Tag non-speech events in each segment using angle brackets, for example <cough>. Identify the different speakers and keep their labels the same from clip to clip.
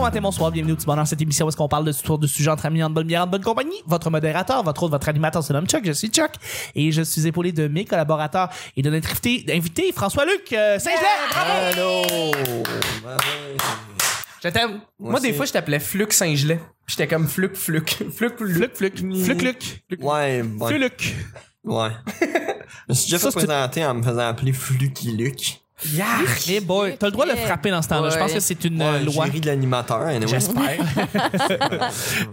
Speaker 1: matin, bonsoir, bienvenue au petit bonheur. Cette émission où est-ce qu'on parle de tout tour de sujet entre amis, en bonne bière, en bonne compagnie. Votre modérateur, votre autre, votre animateur se nomme Chuck. Je suis Chuck et je suis épaulé de mes collaborateurs et de notre invité, invité François-Luc euh, Saint-Gelais. Bravo!
Speaker 2: Allô!
Speaker 1: Je t'aime.
Speaker 2: Moi
Speaker 3: Moi,
Speaker 2: aussi.
Speaker 3: des fois, je t'appelais Fluc Saint-Gelais. Puis J'étais comme Fluc, Fluc, <laughs> Fluc, Fluc.
Speaker 1: Fluc, fluc, fluc, fluc, fluc,
Speaker 2: Ouais, ouais.
Speaker 1: fluc.
Speaker 2: ouais. Je me suis déjà
Speaker 1: Ça,
Speaker 2: fait
Speaker 1: c'est-
Speaker 2: présenter en me faisant appeler Fluky Luke.
Speaker 3: Yark!
Speaker 1: Eh boy, t'as le droit de le frapper dans ce temps-là. Je pense que c'est une euh,
Speaker 2: Ouais,
Speaker 1: loi. <laughs>
Speaker 2: j'ai ri de l'animateur. anyway.
Speaker 1: J'espère.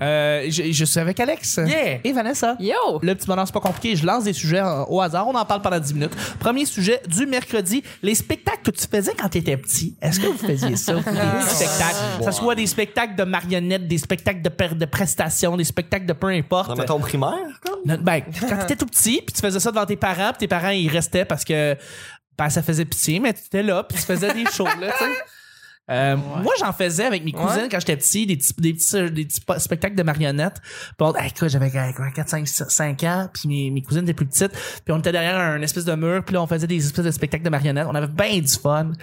Speaker 1: Euh, je, je suis avec Alex.
Speaker 3: Yeah.
Speaker 1: Et Vanessa.
Speaker 4: Yo!
Speaker 1: Le petit bonheur, c'est pas compliqué. Je lance des sujets euh, au hasard. On en parle pendant 10 minutes. Premier sujet du mercredi. Les spectacles que tu faisais quand t'étais petit. Est-ce que vous faisiez ça? vous, Des petits spectacles. Que ce soit des spectacles de marionnettes, des spectacles de, per- de prestations, des spectacles de peu
Speaker 2: Dans
Speaker 1: importe.
Speaker 2: ma ton primaire, comme?
Speaker 1: Non, Ben, quand t'étais tout petit, puis tu faisais ça devant tes parents, puis tes parents, ils restaient parce que ben, ça faisait pitié, mais tu étais là, puis tu faisais des choses, là, tu sais. Euh, Moi, j'en faisais avec mes cousines quand j'étais petit, des petits, des petits, des petits pa- spectacles de marionnettes. Puis on- hey, écoute, j'avais quoi, 4, 5, 5 ans, puis mes, mes cousines étaient plus petites, puis on était derrière un espèce de mur, puis là, on faisait des espèces de spectacles de marionnettes. On avait bien du fun.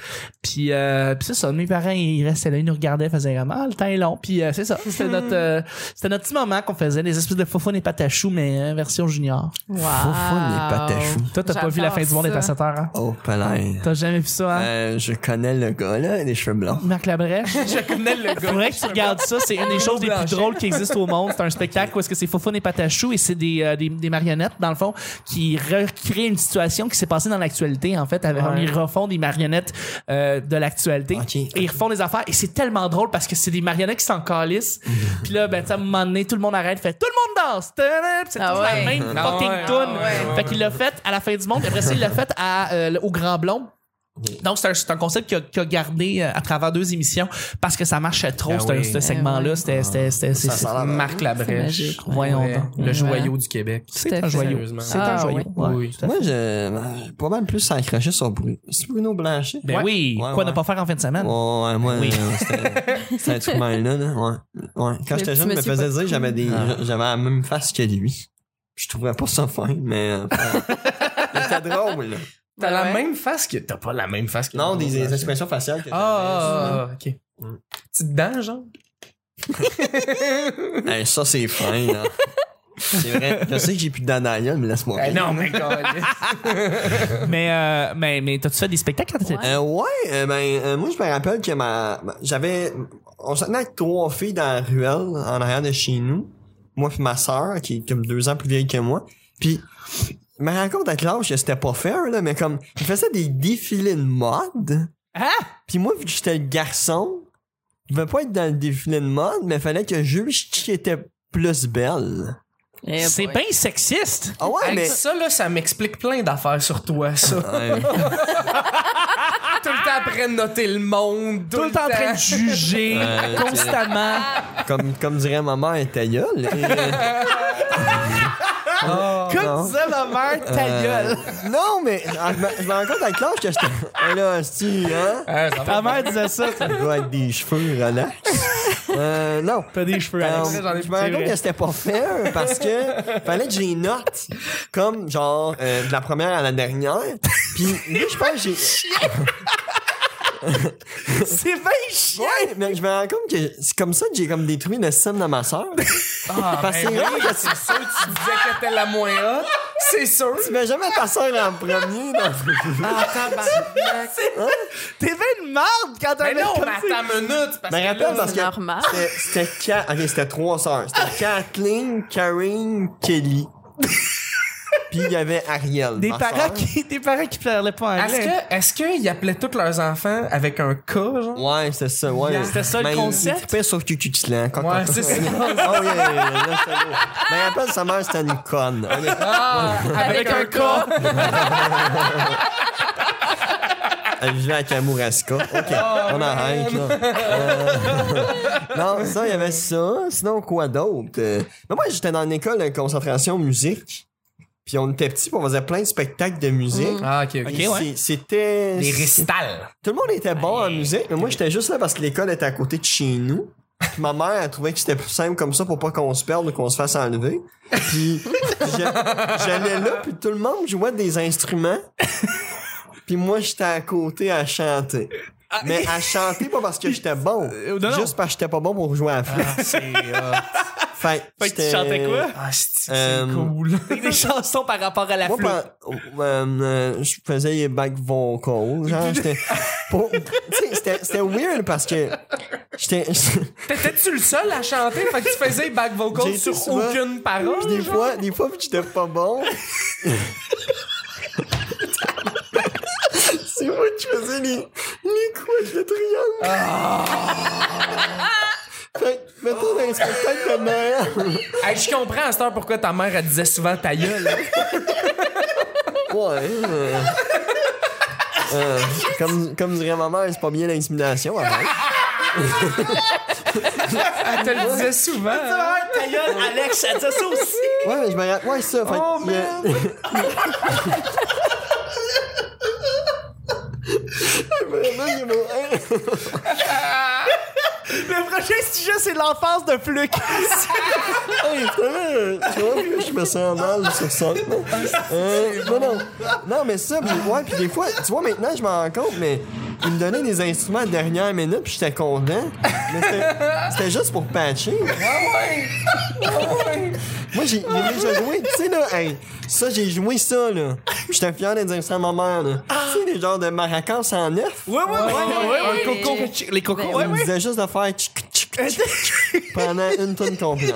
Speaker 1: Puis, euh, puis c'est ça, mes parents, ils restaient là, ils nous regardaient, faisaient vraiment, ah, le temps est long. Puis euh, c'est ça, c'était <laughs> notre, euh, c'était notre petit moment qu'on faisait, des espèces de faux et patachou, mais euh, version junior.
Speaker 4: Wow!
Speaker 2: Fofone et patachou.
Speaker 1: Toi, t'as pas vu la fin du monde est à 7 heures, hein?
Speaker 2: Oh, palais.
Speaker 1: T'as jamais vu ça, hein?
Speaker 2: Euh, je connais le gars, là, les cheveux blancs.
Speaker 1: Marc Labrèche.
Speaker 3: <laughs> Je connais le gars.
Speaker 1: Faudrait que tu regardes ça, c'est une des choses les plus
Speaker 3: Blanchet.
Speaker 1: drôles qui existent au monde. C'est un spectacle où est-ce que c'est Fofun et Patachou et c'est des, euh, des, des marionnettes, dans le fond, qui recréent une situation qui s'est passée dans l'actualité, en fait. Avec- Ils refont des marionnettes euh, de l'actualité
Speaker 2: Ok.
Speaker 1: et ils refont des affaires et c'est tellement drôle parce que c'est des marionnettes qui s'en calissent.
Speaker 2: Mhm.
Speaker 1: Puis là, ben, tu sais, à un moment donné, tout le monde arrête, fait « Tout le monde danse! » Tadam! Puis C'est
Speaker 4: Ah
Speaker 1: toujours
Speaker 4: ouais.
Speaker 1: la même
Speaker 3: Ah
Speaker 1: fucking
Speaker 3: ouais.
Speaker 1: tune.
Speaker 3: Ah ouais.
Speaker 1: Fait qu'il l'a fait à la fin du monde, puis après ça, il l'a fait à, euh, au Grand Blond. Donc, c'est un, c'est un concept qui a, qui a gardé euh, à travers deux émissions parce que ça marchait trop,
Speaker 3: Ah
Speaker 1: ce-
Speaker 3: oui.
Speaker 1: ce
Speaker 2: Eh
Speaker 1: segment-là. C'était, c'était, c'était,
Speaker 2: Ça
Speaker 1: c'est-
Speaker 2: sent la-
Speaker 3: Marc Labrèche.
Speaker 4: magique.
Speaker 1: Voyons
Speaker 3: Ah, Ouais.
Speaker 1: donc.
Speaker 3: Le
Speaker 4: Ouais.
Speaker 3: joyau du Québec.
Speaker 4: Tout à
Speaker 1: c'est un
Speaker 4: fait.
Speaker 1: joyau.
Speaker 3: Sérieusement.
Speaker 1: C'est un
Speaker 4: Ah,
Speaker 1: joyau.
Speaker 4: ouais.
Speaker 1: ouais.
Speaker 3: Oui.
Speaker 2: Moi, je, euh, j'ai pas mal plus accroché sur Bruno. C'est Bruno Blanchet?
Speaker 1: Ben
Speaker 3: Ouais.
Speaker 1: oui,
Speaker 2: Ouais,
Speaker 1: quoi
Speaker 2: ouais.
Speaker 1: ne pas faire en fin de semaine?
Speaker 2: Ouais, ouais, moi,
Speaker 1: Oui.
Speaker 2: euh, c'était c'était un truc mal là, là. Ouais. ouais. Quand
Speaker 4: Le
Speaker 2: j'étais
Speaker 4: petit
Speaker 2: jeune, je me
Speaker 4: monsieur
Speaker 2: faisais
Speaker 4: pas
Speaker 2: dire que j'avais des, j'avais la même face que lui. Je trouvais pas ça fin, mais.
Speaker 4: <laughs>
Speaker 2: euh, c'était drôle, là.
Speaker 3: T'as la
Speaker 4: Ouais.
Speaker 3: même face que. T'as pas la même face que.
Speaker 2: Non, des, des expressions faciales que
Speaker 3: Ah, ah, ah, ok. Petite dent, genre.
Speaker 4: ah.
Speaker 2: j'avais. Hey, ça, c'est fin,
Speaker 4: <laughs>
Speaker 2: là. C'est vrai. Je sais que j'ai plus de dents dans la gueule, mais laisse-moi.
Speaker 3: Eh
Speaker 2: rire.
Speaker 3: non, mais
Speaker 1: Mais, euh, mais, mais t'as-tu fait des spectacles quand t'étais
Speaker 2: Euh, ouais, euh, ben, euh, moi, je me rappelle que ma, ma- j'avais, on s'en tenait avec trois filles dans la ruelle, en arrière de chez nous. Moi puis ma sœur, qui est comme deux ans plus vieille que moi. Puis, je me rends compte avec l'âge que c'était pas fair, là, mais comme, ils faisaient des défilés de mode.
Speaker 1: Hein?
Speaker 2: Puis moi, vu que j'étais le garçon, je pouvais pas être dans le défilé de mode, mais fallait que juge qui était plus belle.
Speaker 4: Eh
Speaker 1: C'est
Speaker 4: boy.
Speaker 1: bien sexiste!
Speaker 2: Ah ouais,
Speaker 3: Avec
Speaker 2: mais...
Speaker 3: ça, là, ça m'explique plein d'affaires sur toi, ça.
Speaker 2: Ouais.
Speaker 3: <laughs> tout le temps après de noter le monde.
Speaker 1: Tout le temps en train de juger,
Speaker 2: Ouais,
Speaker 1: constamment.
Speaker 2: comme, comme dirait ma mère, ta gueule. Et, euh, Ah,
Speaker 1: Comme disait ma mère, ta gueule.
Speaker 2: non, mais je me- je me rends compte avec l'âge que j'étais. Hey là, si, hein?
Speaker 3: Ah, ça va.
Speaker 1: Ta mère disait ça.
Speaker 2: Ça doit être des cheveux, relax. Euh, non.
Speaker 1: T'as des cheveux,
Speaker 2: Euh,
Speaker 1: Alex.
Speaker 2: je me
Speaker 3: j'en ai-
Speaker 2: rends
Speaker 1: c'est
Speaker 2: compte
Speaker 1: vrai.
Speaker 2: que c'était pas fair parce que fallait que j'ai note comme genre euh, de la première à la dernière. Puis lui, je pense que j'ai.
Speaker 1: C'est bien chiant!
Speaker 2: Ouais, mais je me rends compte que c'est comme ça que j'ai comme détruit le système de ma sœur.
Speaker 3: Ah,
Speaker 2: Parce
Speaker 3: ben
Speaker 2: que c'est
Speaker 3: oui,
Speaker 2: rare que
Speaker 3: c'est sûr, tu disais que t'étais la moins haute. C'est sûr.
Speaker 2: Tu mets jamais ta sœur en premier dans
Speaker 1: T'es bien une marde quand t'as
Speaker 3: Mais
Speaker 1: un mec
Speaker 3: non,
Speaker 1: comme
Speaker 3: mais
Speaker 1: ça.
Speaker 3: attends une minute. Parce
Speaker 2: Mais
Speaker 3: que
Speaker 2: rappelle
Speaker 3: là,
Speaker 2: parce que
Speaker 4: normal.
Speaker 2: c'était- c'était quatre, ok, c'était trois sœurs. C'était
Speaker 1: Ah.
Speaker 2: Kathleen, Karine,
Speaker 1: <laughs>
Speaker 2: Kelly. Puis il y avait Ariel.
Speaker 1: Des
Speaker 2: ma
Speaker 1: parents
Speaker 2: sœur.
Speaker 1: qui, des parents qui parlaient pas anglais.
Speaker 3: Est-ce que, est-ce qu'ils appelaient tous leurs enfants avec un K, genre?
Speaker 2: Ouais, c'était ça, ouais.
Speaker 1: C'était ça, le
Speaker 2: Mais il-
Speaker 1: concept?
Speaker 2: Il tripait sur Cucutlan. Quand
Speaker 3: Ouais,
Speaker 2: quand-
Speaker 3: c'est ça.
Speaker 2: <laughs> oh, yeah, yeah, yeah, là, c'est beau. Ben, Mais rappelle, sa mère, c'était une
Speaker 1: <laughs>
Speaker 2: conne. Ok.
Speaker 3: Ah,
Speaker 4: Avec un K.
Speaker 2: Elle vivait à Kamouraska. OK, on arrête, là. Euh, <laughs> non, ça, il y avait ça. Sinon, quoi d'autre? Euh, Mais moi, j'étais dans une école de concentration musique. Puis on était petits, puis on faisait plein de spectacles de musique.
Speaker 3: Ah, ok, ok.
Speaker 2: Puis
Speaker 1: ouais.
Speaker 2: c'est- C'était.
Speaker 3: Les récitals.
Speaker 2: Tout le monde était bon en musique, mais moi j'étais juste là parce que l'école était à côté de chez nous. Puis ma mère elle trouvait que c'était plus simple comme ça pour pas qu'on se perde ou qu'on se fasse enlever. Puis j'a- j'allais là, puis tout le monde jouait des instruments. Puis moi j'étais à côté à chanter. Mais à chanter, pas parce que j'étais bon.
Speaker 1: Ah. Euh, non, non.
Speaker 2: Juste parce que j'étais pas bon pour jouer à la flûte.
Speaker 1: Ah, c'est euh,
Speaker 2: Fait,
Speaker 1: Fait que tu
Speaker 2: j'étais-
Speaker 1: chantais quoi?
Speaker 3: Ah, c'est
Speaker 2: Euh,
Speaker 3: cool.
Speaker 1: <laughs> Des chansons par rapport à la
Speaker 2: Moi,
Speaker 1: flûte.
Speaker 2: pen- euh, euh, je faisais les bacs vocaux. Genre,
Speaker 1: <laughs>
Speaker 2: j'étais. pour- tu sais, c'était- C'était weird parce que. J'étais.
Speaker 3: T'étais-tu le seul à chanter? Fait que tu faisais back
Speaker 2: J'ai
Speaker 3: vocals
Speaker 2: été
Speaker 3: sur
Speaker 2: souvent-
Speaker 3: aucune
Speaker 2: Puis
Speaker 3: parole.
Speaker 2: des
Speaker 3: genre?
Speaker 2: fois, des fois, puis j'étais
Speaker 3: <laughs>
Speaker 2: pas bon. C'est moi qui faisais les, les couaches de triangle.
Speaker 3: Ah.
Speaker 2: <laughs> fait que, mettons, dans un spectacle de Noël.
Speaker 3: Hey, je comprends à cette heure pourquoi ta mère, elle disait souvent ta gueule. hein?
Speaker 2: Ouais. euh, euh, comme, comme dirait ma mère, c'est pas bien l'intimidation avant.
Speaker 3: Elle te le disait souvent. hein.
Speaker 1: Ah, ta gueule, Alex, elle dit ça aussi.
Speaker 2: Ouais, mais je me rappelle. Ouais, c'est ça. Fait que
Speaker 3: Oh,
Speaker 2: <laughs> je-
Speaker 3: man.
Speaker 2: Je me rappelle, il y avait-
Speaker 1: Le prochain sujet, c'est l'enfance de Fluc.
Speaker 2: Hey, putain, tu vois, puis je me sens mal sur ça. Non,
Speaker 1: Ah,
Speaker 2: Euh, non, non, non, mais ça, puis, ouais, puis des fois, tu vois, maintenant, je m'en rends compte, mais ils me donnaient des instruments à la dernière minute, puis j'étais content. Mais c'était- c'était juste pour patcher.
Speaker 1: Ah
Speaker 2: Moi, j'ai j'ai déjà joué, tu sais, là, hey, ça, j'ai joué ça, là. J'étais fier d'être instruments à ma mère, là.
Speaker 1: Ah.
Speaker 2: Tu sais, les genres de maracas en neuf.
Speaker 1: <laughs> Ouais, ouais, ouais, ouais, ouais,
Speaker 4: Ouais.
Speaker 1: les cocos. Les cocos,
Speaker 4: Ben
Speaker 1: ouais,
Speaker 2: On me
Speaker 1: ouais.
Speaker 2: disait juste de faire tchic, tchic, tchic,
Speaker 1: <laughs>
Speaker 2: tchic pendant une tonne complète.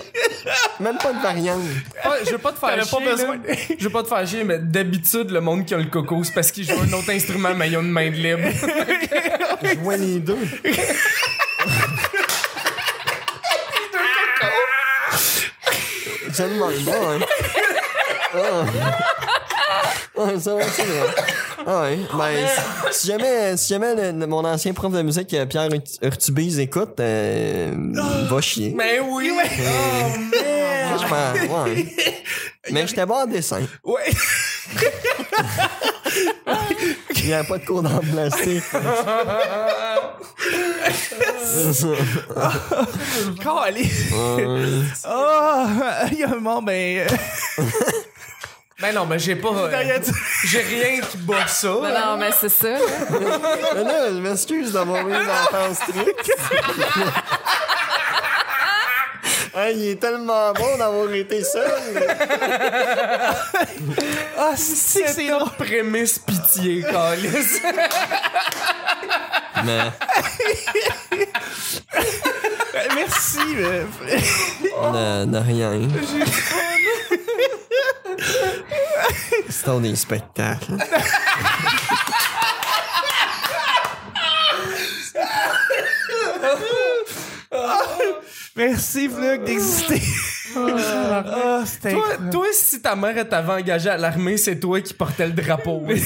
Speaker 2: Même pas de variante.
Speaker 3: Ah, je veux pas te faire
Speaker 1: T'avais pas
Speaker 3: chier.
Speaker 1: besoin.
Speaker 3: là. Je veux pas te faire chier, mais d'habitude, le monde qui a le coco, c'est parce qu'il joue un autre instrument, mais il a une main de libre.
Speaker 2: Je vois <laughs> les deux. J'aime le bon, hein. Ah. Ouais, ça, ouais, c'est vrai. Ah ouais. Ben, si- si jamais, si jamais le- le- mon ancien prof de musique, euh, Pierre Urt- Urtubise, écoute, euh, va chier.
Speaker 3: Mais Ben oui! Oh, man! <laughs>
Speaker 2: Franchement, ouais. Mais j'étais bon en dessin.
Speaker 3: Ouais.
Speaker 2: <laughs> Il n'y avait pas de cours d'art plastique.
Speaker 1: Calé.
Speaker 2: Euh,
Speaker 1: <laughs> Oh, il y a un moment, ben. euh,
Speaker 3: Ben non, mais j'ai pas. euh,
Speaker 1: derrière du-
Speaker 3: j'ai rien qui bat ça.
Speaker 4: Ben non, mais c'est <laughs> ça. là.
Speaker 2: Mais là, je m'excuse d'avoir eu une enfance <laughs> triste. Hein, il est tellement bon d'avoir été seul.
Speaker 1: Ah, c'est que c'est drôle.
Speaker 3: Prémisse pitié, Calis.
Speaker 2: Mais...
Speaker 1: <laughs> Merci, euh, mais.
Speaker 2: De, de rien. C'est ton des spectacles.
Speaker 1: Merci, Fluc, d'exister. <laughs> Ah, c'était.
Speaker 3: toi, toi, si ta mère elle t'avait engagé à l'armée, c'est toi qui portais le
Speaker 2: <laughs>
Speaker 3: drapeau.
Speaker 2: Ouais,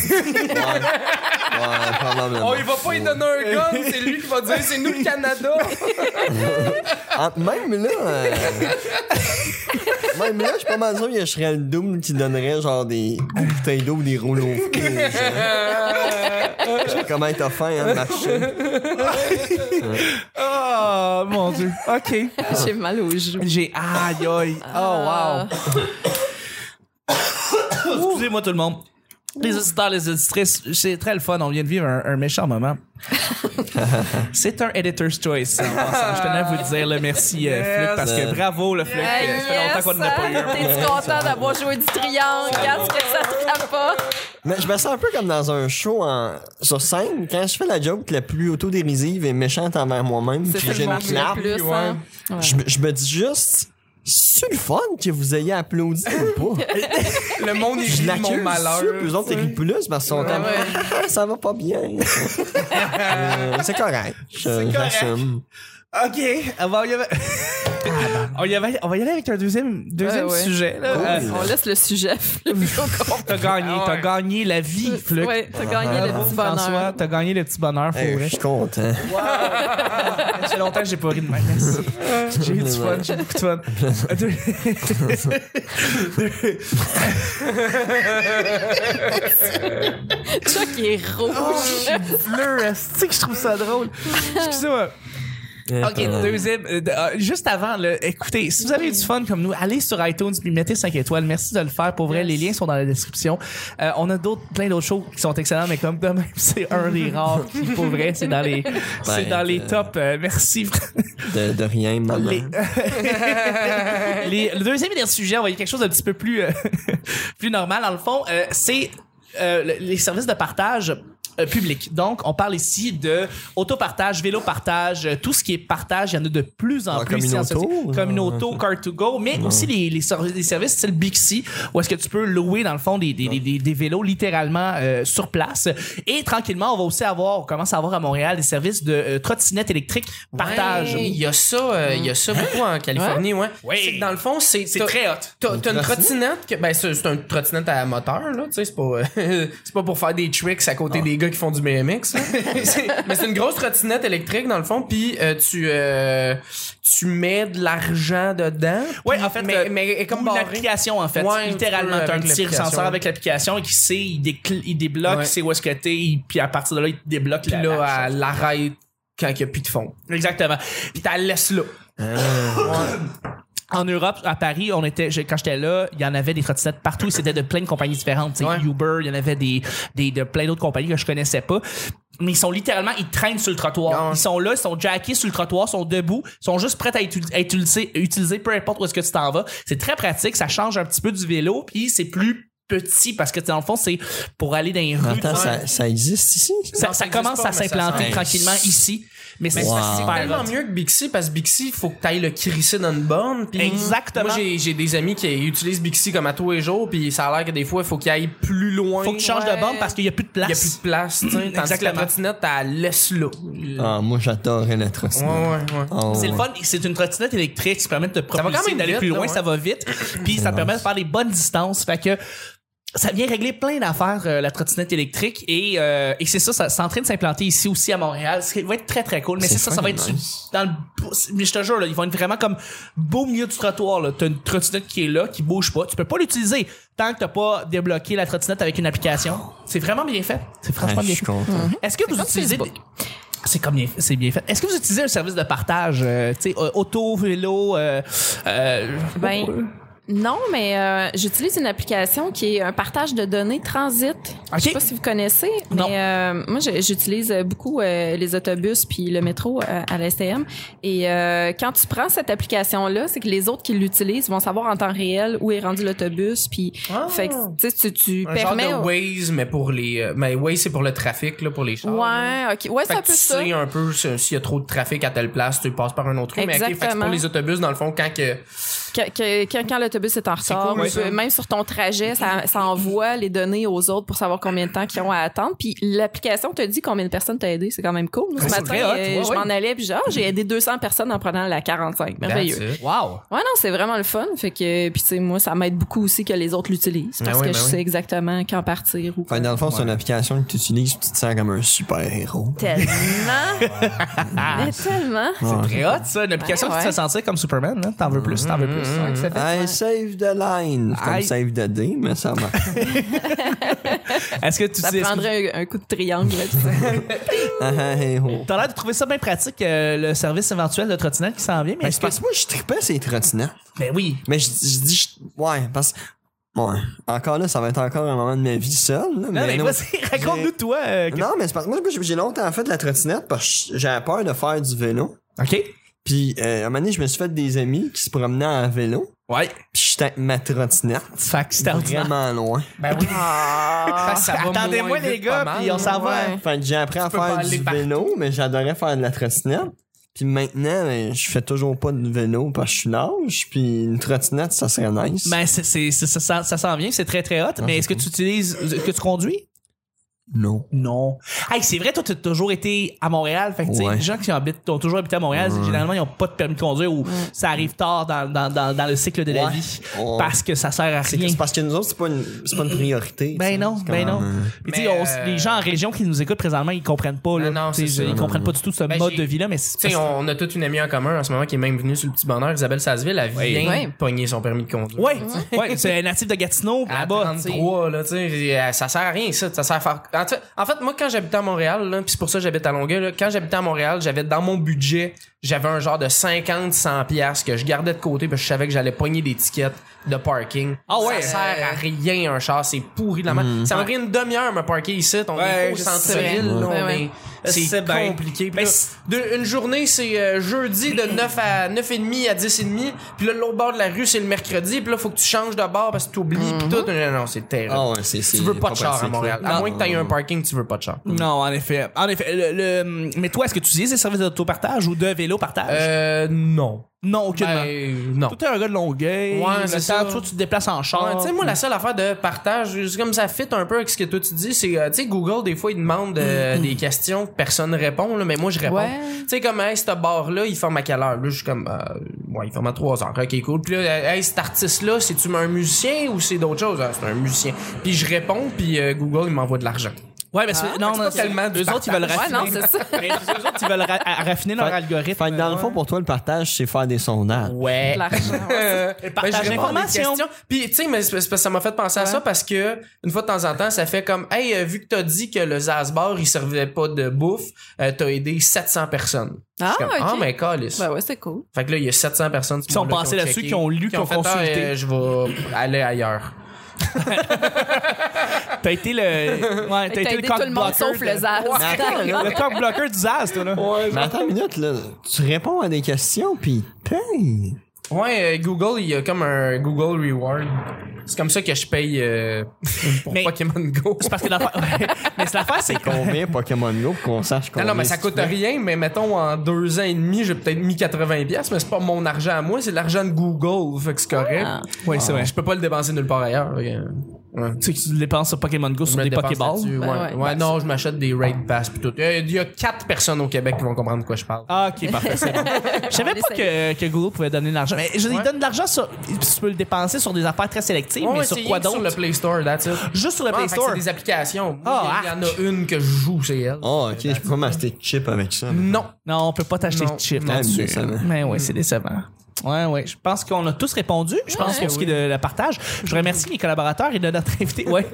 Speaker 2: probablement.
Speaker 3: On il va pas lui donner un gun, c'est lui qui va dire c'est nous le Canada.
Speaker 2: Ah, même là. euh, <laughs> Même là, je suis pas mal sûr que je serais le double qui donnerait genre des des bouteilles d'eau ou des rouleaux. hein. Je sais comment t'as faim, hein, de marcher.
Speaker 1: Ah, mon Dieu. OK.
Speaker 4: J'ai mal aux joues.
Speaker 1: J'ai. Aïe, aïe. Oh,
Speaker 4: Ah.
Speaker 1: wow. <coughs> Excusez-moi, tout le monde. Les auditeurs, les auditrices, c'est très le fun. On vient de vivre un, un méchant moment. <laughs> c'est un editor's choice. en passant. Je tenais à vous le dire. le merci, euh,
Speaker 3: Yes.
Speaker 1: Fluc, parce que bravo, le Fluc.
Speaker 4: Hey,
Speaker 1: euh, ça fait longtemps qu'on n'en a pas eu
Speaker 4: yes,
Speaker 1: un.
Speaker 4: T'es-tu content d'avoir joué du triangle? Regarde ce que ça te rapporte.
Speaker 2: Mais je me sens un peu comme dans un show en- sur scène, quand je fais la joke la plus autodérisive et méchante envers moi-même,
Speaker 4: C'est
Speaker 2: puis
Speaker 4: ça
Speaker 2: j'ai
Speaker 4: le
Speaker 2: une
Speaker 4: monde qui
Speaker 2: clap,
Speaker 4: le plus, hein? Ouais.
Speaker 2: je, me- je me dis juste, c'est le fun que vous ayez applaudi ou pas?
Speaker 3: Le monde est
Speaker 2: Je
Speaker 3: rit de mon
Speaker 2: l'accuse,
Speaker 3: malheur.
Speaker 2: puis eux autres, ils rient plus parce qu'ils sont comme, Ah, ça va
Speaker 1: <laughs>
Speaker 2: pas bien. Euh, c'est correct. Je- J'assume.
Speaker 1: OK. On va y aller, <laughs> on y avait- on va y aller avec un deuxième, deuxième
Speaker 4: Ouais, ouais.
Speaker 1: sujet. là.
Speaker 2: Ouais.
Speaker 1: Euh,
Speaker 4: On laisse le sujet flou.
Speaker 1: t'as gagné.
Speaker 3: Ah ouais.
Speaker 1: T'as gagné la vie, Fluc.
Speaker 4: Ouais, t'as gagné le
Speaker 1: Bravo,
Speaker 4: petit
Speaker 1: François.
Speaker 4: bonheur.
Speaker 1: T'as gagné le petit bonheur, pour
Speaker 2: Hey, je
Speaker 1: vrai.
Speaker 2: suis content.
Speaker 1: Ça fait longtemps que j'ai pas ri de ma Merci. J'ai eu du fun, j'ai eu beaucoup de fun. Deux-
Speaker 4: Chuck il est rouge. Oh,
Speaker 1: Bleu, esti que je trouve ça drôle. Excusez-moi. OK, deuxième. euh, de- euh, juste avant, là, écoutez, si vous avez eu du fun comme nous, allez sur iTunes puis mettez 5 étoiles. Merci de le faire. Pour vrai, les liens sont dans la description. Euh, on a d'autres, plein d'autres shows qui sont excellents, mais comme de même, <laughs> c'est un des rares qui, pour vrai, c'est dans les, c'est dans les
Speaker 2: euh,
Speaker 1: tops. Euh, merci. <laughs>
Speaker 2: De, de rien, maman.
Speaker 1: Les- <laughs> Les- le deuxième et dernier sujet, on va y aller quelque chose d'un petit peu plus, euh, <laughs> plus normal, dans le fond, euh, c'est euh, le- les services de partage euh, public. Donc, on parle ici de autopartage, vélo-partage, euh, tout ce qui est partage, il y en a de plus en
Speaker 2: Ah,
Speaker 1: plus.
Speaker 2: Communauto,
Speaker 1: Communauto,
Speaker 2: ou-
Speaker 1: Communauto Car2Go, mais aussi les, les, ser- les services style Bixi, où est-ce que tu peux louer, dans le fond, des, des, des- des- des vélos littéralement euh, sur place. Et tranquillement, on va aussi avoir, on commence à avoir à Montréal des services de euh, trottinettes électriques partage. Hein?
Speaker 5: Ouais, Il y a ça, euh, il y a ça beaucoup en Californie, ouais.
Speaker 1: Ouais.
Speaker 5: C'est que dans le fond, c'est
Speaker 1: C'est
Speaker 5: t'as-
Speaker 1: très hot.
Speaker 5: T'as t'as une
Speaker 2: Une
Speaker 5: trottinette que ben c'est c'est une trottinette à moteur là, tu sais c'est pas euh, <laughs> c'est pas pour faire des tricks à
Speaker 1: Ah.
Speaker 5: côté des gars qui font du BMX. là. <laughs> C'est- mais c'est une grosse trottinette électrique dans le fond puis euh, tu euh, tu mets de l'argent dedans.
Speaker 1: Ouais,
Speaker 5: puis-
Speaker 1: en fait,
Speaker 5: mais,
Speaker 1: euh,
Speaker 5: mais elle est comme
Speaker 1: ou
Speaker 5: barrée.
Speaker 1: l'application en fait
Speaker 5: Ouais, un
Speaker 1: littéralement
Speaker 5: petit peu
Speaker 1: t'as un
Speaker 5: avec
Speaker 1: petit
Speaker 5: l'application.
Speaker 1: recenseur avec l'application qui sait il, décl- il débloque
Speaker 5: Ouais.
Speaker 1: il sait où est-ce que t'es il- puis à partir de là il te débloque
Speaker 5: Puis
Speaker 1: la- la
Speaker 5: là
Speaker 1: chose.
Speaker 5: elle l'arrête quand il y a plus de fond.
Speaker 1: exactement
Speaker 5: Puis t'as laisse là. Ah.
Speaker 1: en Europe à Paris on était je- quand j'étais là il y en avait des trottinettes partout c'était de plein de compagnies différentes tu sais,
Speaker 5: Ouais.
Speaker 1: Uber il y en avait des, des de plein d'autres compagnies que je connaissais pas mais ils sont littéralement ils traînent sur le trottoir
Speaker 5: Non.
Speaker 1: ils sont là ils sont jackés sur le trottoir sont debout ils sont juste prêts à être à être utilisés, utilisés, peu importe où est-ce que tu t'en vas c'est très pratique ça change un petit peu du vélo puis c'est plus petit parce que tu sais, dans le fond c'est pour aller dans les rues
Speaker 2: Attends, ça, ça existe ici?
Speaker 1: ça, ça
Speaker 5: Non, ça
Speaker 1: commence
Speaker 5: existe pas,
Speaker 1: à
Speaker 5: mais ça
Speaker 1: s'implanter
Speaker 2: sent-
Speaker 1: tranquillement ici, mais c'est ça,
Speaker 2: Wow.
Speaker 1: c'est
Speaker 5: C'est
Speaker 1: super
Speaker 5: tellement
Speaker 1: hot.
Speaker 5: mieux que Bixi parce que Bixi, il faut que tu ailles le crisser dans une borne. puis-
Speaker 1: Exactement.
Speaker 5: Moi, j'ai, j'ai des amis qui utilisent Bixi comme à tous les jours, puis ça a l'air que des fois, il faut qu'ils aillent plus loin.
Speaker 1: Faut que tu changes de bande parce qu'il n'y a plus de
Speaker 5: Il n'y a plus
Speaker 1: place.
Speaker 5: de
Speaker 4: <clears throat>
Speaker 5: place, tu sais. Tandis que la
Speaker 1: Exactement.
Speaker 5: trottinette, elle laisse là.
Speaker 2: Ah, moi, j'adorerais la trottinette.
Speaker 5: Ouais, ouais, ouais.
Speaker 2: Ah,
Speaker 1: C'est le
Speaker 2: ouais.
Speaker 1: fun, c'est une trottinette électrique, ça permet de te
Speaker 5: va quand
Speaker 1: propulser,
Speaker 5: même
Speaker 1: d'aller
Speaker 5: vite,
Speaker 1: plus
Speaker 5: là,
Speaker 1: loin,
Speaker 5: ouais.
Speaker 1: ça va vite, puis ça te permet de faire les bonnes distances, fait que ça vient régler plein d'affaires, euh, la trottinette électrique, et, euh, et c'est ça, ça c'est en train de s'implanter ici aussi à Montréal, ce qui va être très très cool, mais
Speaker 2: C'est
Speaker 1: c'est ça, ça va
Speaker 2: fun,
Speaker 1: être
Speaker 2: nice.
Speaker 1: sur- dans le beau- mais je te jure là, ils vont être vraiment comme beau milieu du trottoir là. T'as une trottinette qui est là, qui bouge pas. Tu peux pas l'utiliser tant que t'as pas débloqué la trottinette avec une application. C'est vraiment bien fait. C'est franchement
Speaker 2: Ah, je
Speaker 1: bien
Speaker 2: suis
Speaker 1: fait.
Speaker 2: content.
Speaker 1: Est-ce que vous
Speaker 4: comme
Speaker 1: utilisez
Speaker 4: Facebook.
Speaker 1: des- c'est comme bien, c'est bien fait. Est-ce que vous utilisez un service de partage, euh, tu sais, euh, auto, vélo, euh, euh,
Speaker 4: Ben, non, mais euh, j'utilise une application qui est un partage de données transit.
Speaker 1: Ok.
Speaker 4: Je sais pas si vous connaissez,
Speaker 1: Non.
Speaker 4: mais euh, moi j'ai- j'utilise beaucoup euh, les autobus puis le métro euh, à la STM. Et euh, quand tu prends cette application là, c'est que les autres qui l'utilisent vont savoir en temps réel où est rendu l'autobus. Puis fait que tu sais, tu tu
Speaker 5: Ah. Un
Speaker 4: permets.
Speaker 5: genre de Waze, mais pour les. euh, Mais Waze, c'est pour le trafic, là, pour les chars. là.
Speaker 4: ouais, ok, ouais,
Speaker 5: Fait
Speaker 4: c'est un
Speaker 5: que
Speaker 4: peu
Speaker 5: tu
Speaker 4: ça.
Speaker 5: sais un peu si- s'il y a trop de trafic à telle place, tu passes par un autre. rue. Mais ok, fait que c'est pour
Speaker 4: Exactement.
Speaker 5: les autobus, dans le fond, quand que.
Speaker 4: Que- que- quand, quand l'autobus est en retard,
Speaker 5: cool,
Speaker 4: ou
Speaker 5: ça.
Speaker 4: peu- même sur ton trajet, ça, ça envoie les données aux autres pour savoir combien de temps qu'ils ont à attendre. Puis l'application te dit combien de personnes t'as aidé. C'est quand même cool. Moi, ce
Speaker 1: Ouais, c'est
Speaker 4: matin,
Speaker 1: très
Speaker 5: hein,
Speaker 1: hot,
Speaker 4: euh,
Speaker 1: ouais,
Speaker 4: je
Speaker 1: ouais.
Speaker 4: m'en allais, puis genre, j'ai aidé 200 personnes en prenant la 45. Merveilleux.
Speaker 5: That's it.
Speaker 1: wow.
Speaker 4: Ouais, non, c'est vraiment le fun. Fait que, puis tu sais, moi, ça m'aide beaucoup aussi que les autres l'utilisent parce
Speaker 5: Ah ouais,
Speaker 4: que
Speaker 5: ben
Speaker 4: je
Speaker 5: oui.
Speaker 4: sais exactement quand partir ou
Speaker 2: Fait que dans le fond, c'est une application que tu utilises tu te sens comme un super-héros.
Speaker 4: Tellement. Mais tellement.
Speaker 2: Ouais.
Speaker 1: Très hot, ça. Une application
Speaker 4: Ouais,
Speaker 1: qui te
Speaker 4: ouais.
Speaker 1: fait sentir comme Superman, là. T'en veux plus, t'en veux plus. Ouais, que ça fait-
Speaker 2: I save the line. C'est
Speaker 1: I-
Speaker 2: comme save the day, mais ça
Speaker 1: <laughs>
Speaker 2: marche.
Speaker 1: Est-ce que tu
Speaker 4: Ça
Speaker 1: utilises-
Speaker 4: prendrait un, un coup de triangle. là, tu sais.
Speaker 2: Ah, ah, hey, oh.
Speaker 1: T'as l'air de trouver ça bien pratique, euh, le service éventuel de trottinette qui s'en vient, mais
Speaker 2: Ben,
Speaker 1: est-ce
Speaker 2: c'est
Speaker 1: que...
Speaker 2: parce que moi, je tripais ces trottinettes.
Speaker 1: Ben oui.
Speaker 2: Mais je, je dis, je- ouais, parce que. Ouais. Encore là, ça va être encore un moment de ma vie seule.
Speaker 1: Non,
Speaker 2: là,
Speaker 1: mais
Speaker 2: non.
Speaker 1: vas-y, raconte-nous, toi. euh, que-
Speaker 2: Non, mais c'est parce que moi, j'ai- j'ai longtemps fait de la trottinette parce que j'avais peur de faire du vélo.
Speaker 1: OK.
Speaker 2: Puis, euh, à un moment donné, je me suis fait des amis qui se promenaient en vélo.
Speaker 1: Ouais.
Speaker 2: Puis, j'étais avec ma trottinette.
Speaker 1: Fait que c'était ordinaire.
Speaker 2: Vraiment loin.
Speaker 5: Ben oui. <laughs> Parce que ça va
Speaker 1: Attendez-moi,
Speaker 5: moins
Speaker 1: les
Speaker 5: vite, pas
Speaker 1: gars,
Speaker 5: mal,
Speaker 1: puis on s'en va.
Speaker 4: Ouais.
Speaker 2: Fait que j'ai appris à
Speaker 5: peux pas
Speaker 2: faire
Speaker 5: aller
Speaker 2: du
Speaker 5: partout.
Speaker 2: vélo, mais j'adorais faire de la trottinette. Puis maintenant, ben, je fais toujours pas de vélo parce que je suis large. Puis une trottinette, ça serait nice.
Speaker 1: Ben, c'est, c'est, c'est- ça, s'en- ça s'en vient, c'est très, très hot. mais est-ce que tu utilises... Est-ce que tu conduis?
Speaker 2: non.
Speaker 1: Non. Hey, c'est vrai, toi, t'as toujours été à Montréal. Fait que, tu sais,
Speaker 2: Ouais.
Speaker 1: les gens qui habitent, ont toujours habité à Montréal, c'est que généralement, ils ont pas de permis de conduire ou ça arrive tard dans, dans, dans, dans le cycle de la
Speaker 2: Ouais.
Speaker 1: vie
Speaker 2: Ouais.
Speaker 1: parce que ça sert à
Speaker 2: C'est que-
Speaker 1: rien.
Speaker 2: c'est parce que nous autres, c'est pas une, c'est pas une priorité. tu sais.
Speaker 1: Ben non,
Speaker 2: C'est
Speaker 1: ben non.
Speaker 2: comme, euh,
Speaker 1: Puis tu sais,
Speaker 5: Mais,
Speaker 1: on-
Speaker 5: euh,
Speaker 1: les gens en région qui nous écoutent présentement, ils comprennent pas. Là,
Speaker 5: Non, non,
Speaker 1: Tu sais,
Speaker 5: c'est ça.
Speaker 1: ils comprennent pas du tout ce
Speaker 5: Ben,
Speaker 1: mode
Speaker 5: j'ai-
Speaker 1: de vie-là, mais c'est
Speaker 5: Tu sais, on on a toute une amie en commun en ce moment qui est même venue sur le petit bonheur. Isabelle Sasseville, elle
Speaker 1: Oui.
Speaker 5: vient
Speaker 4: Oui.
Speaker 5: de pogner son permis de conduire.
Speaker 1: Ouais, ouais, c'est un natif de Gatineau,
Speaker 5: À
Speaker 1: là-bas. tu sais.
Speaker 5: 33, là, tu sais, j'ai- euh, ça sert à rien, ça. Ça sert à faire. En fait, en fait, moi, quand j'habitais à Montréal, là, puis c'est pour ça que j'habite à Longueuil, là, quand j'habitais à Montréal, j'avais dans mon budget j'avais un genre de 50 100 pièces que je gardais de côté parce que je savais que j'allais pogner des tickets de parking.
Speaker 1: Ah ouais.
Speaker 5: Ça sert à rien un char, c'est pourri de la merde. Ça m'a pris une demi-heure me parker ici, on
Speaker 3: Ouais,
Speaker 5: est au
Speaker 3: je
Speaker 5: centre-ville,
Speaker 4: sais.
Speaker 5: là, on
Speaker 4: Ouais,
Speaker 5: est-
Speaker 4: ouais.
Speaker 5: c'est
Speaker 1: C'est bien.
Speaker 5: compliqué. Puis
Speaker 1: Ben,
Speaker 5: là,
Speaker 1: c'est-
Speaker 5: de- une journée c'est euh, jeudi de 9 à 9 et demi à 10 et demi, puis là l'autre bord de la rue c'est le mercredi, puis là faut que tu changes de bord parce que tu oublies puis tout. Non, non, c'est terrible.
Speaker 2: Mhm. Ah ouais, c'est, c'est
Speaker 5: tu veux pas de char à
Speaker 2: pratique,
Speaker 5: Montréal.
Speaker 2: là.
Speaker 5: À moins que t'aies un parking, tu veux pas de char.
Speaker 1: Non, en effet. En effet. le- le- mais toi, est-ce que tu utilises des services d'autopartage ou de vélo-partage?
Speaker 5: Euh, non.
Speaker 1: non, aucunement.
Speaker 5: Ben, non.
Speaker 1: Toi, t'es un gars de Longueuil.
Speaker 5: Ouais,
Speaker 1: le
Speaker 5: c'est
Speaker 1: temps,
Speaker 5: ça.
Speaker 1: Toi, tu te déplaces en char.
Speaker 5: Ouais, Ah, tu sais, moi, la seule affaire de partage, c'est comme ça fit un peu avec ce que toi tu dis, c'est, euh, tu sais, Google, des fois, il demande euh, des questions que personne ne répond, là, mais moi, je réponds.
Speaker 4: Ouais.
Speaker 5: Tu sais, comme, hey, ce bar-là, il forme à quelle heure? Là, je suis comme, euh, ouais, il forme à 3 heures. Ok, cool. Puis là, euh, hey, cet artiste-là, c'est-tu un musicien ou c'est d'autres choses? Ah, c'est un musicien. Puis je réponds, puis euh, Google, il m'envoie de l'argent.
Speaker 1: Ouais, mais c'est-
Speaker 4: Ah,
Speaker 1: non, non, c'est-
Speaker 5: tellement du
Speaker 1: eux autres, ils veulent
Speaker 4: Ouais,
Speaker 1: raffiner.
Speaker 4: non, c'est ça.
Speaker 1: <laughs> Mais eux autres, ils veulent ra- à- raffiner leur
Speaker 2: Fait-
Speaker 1: algorithme.
Speaker 2: Fait que dans le
Speaker 5: euh,
Speaker 2: fond, pour toi, le partage, c'est faire des sondages.
Speaker 5: Ouais. <laughs>
Speaker 4: L'argent.
Speaker 5: Euh,
Speaker 1: partage
Speaker 5: ben, je réponds à des
Speaker 1: d'informations.
Speaker 5: questions. Puis tu sais, mais c'est- c'est parce que ça m'a fait penser à ça parce que une fois de temps en temps, ça fait comme, hey, euh, vu que t'as dit que le Zasbar il servait pas de bouffe, euh, t'as aidé 700 personnes.
Speaker 4: Ah,
Speaker 5: Je suis comme,
Speaker 4: ok.
Speaker 5: Ah, mais calisse.
Speaker 4: Ben ouais, c'est cool.
Speaker 5: Fait que là, il y a 700 personnes
Speaker 1: Qui sont passées là-dessus, qui ont lu, qui ont consulté.
Speaker 5: ah, euh, je vais aller ailleurs.
Speaker 1: T'as été le. Ouais, t'as été
Speaker 4: T'as aidé
Speaker 1: le
Speaker 4: tout le monde
Speaker 1: cock-blocker
Speaker 4: sauf
Speaker 1: de-
Speaker 4: le Zaz. <laughs>
Speaker 2: Mais attends, là,
Speaker 1: Le cock blocker du Zaz, toi, là.
Speaker 2: mais attends une minute, là. Tu réponds à des questions, pis paye.
Speaker 5: Ouais, euh, Google, il y a comme un Google Reward. C'est comme ça que je paye euh, <laughs> pour
Speaker 1: Mais-
Speaker 5: Pokémon Go.
Speaker 1: C'est parce que l'affaire. <laughs> ouais. Mais c'est l'affaire, c'est qu'on. <laughs>
Speaker 2: Combien Pokémon Go pour qu'on sache
Speaker 5: Non,
Speaker 2: combien?
Speaker 5: non, mais ça
Speaker 2: c'est-
Speaker 5: coûte rien, mais mettons, en deux ans et demi, j'ai peut-être mis 80$, piastres, mais c'est pas mon argent à moi, c'est l'argent de Google, fait que c'est correct.
Speaker 4: Ah.
Speaker 1: Ouais, c'est vrai.
Speaker 5: Je peux pas le dépenser nulle part ailleurs. fait que- Ouais.
Speaker 1: Tu sais que tu le dépenses sur Pokémon Go,
Speaker 5: Je
Speaker 1: sur
Speaker 5: me
Speaker 1: des
Speaker 5: dépense
Speaker 1: Pokéballs.
Speaker 5: là-dessus, Ouais,
Speaker 4: Ben Ah. ouais.
Speaker 5: Ouais, non, je m'achète des Raid Pass pis tout. Il y a- il y a quatre personnes au Québec qui vont comprendre de quoi je parle.
Speaker 1: Ah, ok, parfait, c'est
Speaker 4: <laughs>
Speaker 1: bon. Je savais
Speaker 4: On
Speaker 1: pas que, que Google pouvait donner de l'argent. Mais je, ils
Speaker 5: Ouais.
Speaker 1: donnent de l'argent sur. Tu peux le dépenser sur des affaires très sélectives,
Speaker 5: Ouais,
Speaker 1: mais
Speaker 5: ouais,
Speaker 1: sur
Speaker 5: c'est
Speaker 1: quoi
Speaker 5: rien que
Speaker 1: d'autre?
Speaker 5: Sur le Play Store, that's it.
Speaker 1: Juste sur le
Speaker 5: Ouais,
Speaker 1: Play
Speaker 5: fait que
Speaker 1: Store.
Speaker 5: c'est des applications. Moi,
Speaker 1: Ah,
Speaker 5: il y, en a une que je joue, c'est elle.
Speaker 2: Ah, ok, je peux pas m'acheter de chip avec ça.
Speaker 5: Non.
Speaker 1: Non, on peut pas t'acheter
Speaker 5: Non.
Speaker 1: de chiffres
Speaker 2: Ah,
Speaker 1: là-dessus.
Speaker 2: décevant.
Speaker 1: Mais oui, c'est décevant. Ouais, ouais. Je pense qu'on a tous répondu. Je pense pour ce qui est de la partage. Je remercie mes collaborateurs et de notre invité. Ouais.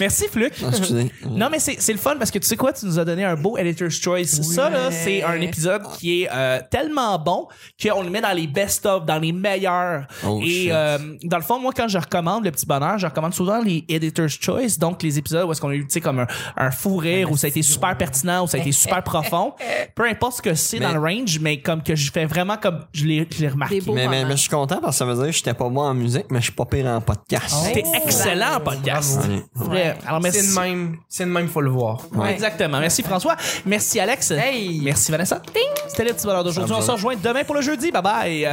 Speaker 1: Merci, Fluc.
Speaker 2: Ah, excusez.
Speaker 1: Non, mais c'est c'est le fun parce que tu sais quoi, tu nous as donné un beau Editor's Choice. Ça, là, c'est un épisode qui est euh, tellement bon qu'on le met dans les best-of, dans les meilleurs.
Speaker 2: Oh,
Speaker 1: et
Speaker 2: shit.
Speaker 1: euh, dans le fond, moi, quand je recommande le petit bonheur, je recommande souvent les Editor's Choice, donc les épisodes où est-ce qu'on a eu, tu sais, comme un, un fou rire, où ça a été super pertinent, où ça a été super profond. Peu importe ce que c'est dans le range, mais comme que je fais vraiment comme je l'ai je l'ai remarqué.
Speaker 4: Des beaux
Speaker 2: Mais, mais,
Speaker 4: moments.
Speaker 2: mais je suis content parce que ça veut dire que j'étais pas bon en musique, mais je suis pas pire en podcast.
Speaker 1: T'es excellent en podcast.
Speaker 2: Bravo.
Speaker 1: Vrai. Alors, merci.
Speaker 5: C'est le même. C'est le même, faut le voir.
Speaker 2: Ouais.
Speaker 1: Exactement. Merci François. Merci Alex.
Speaker 5: Hey.
Speaker 1: Merci Vanessa. C'était le petit bonheur d'aujourd'hui.
Speaker 2: Ça me
Speaker 1: On
Speaker 2: va.
Speaker 1: se rejoint demain pour le jeudi. Bye bye.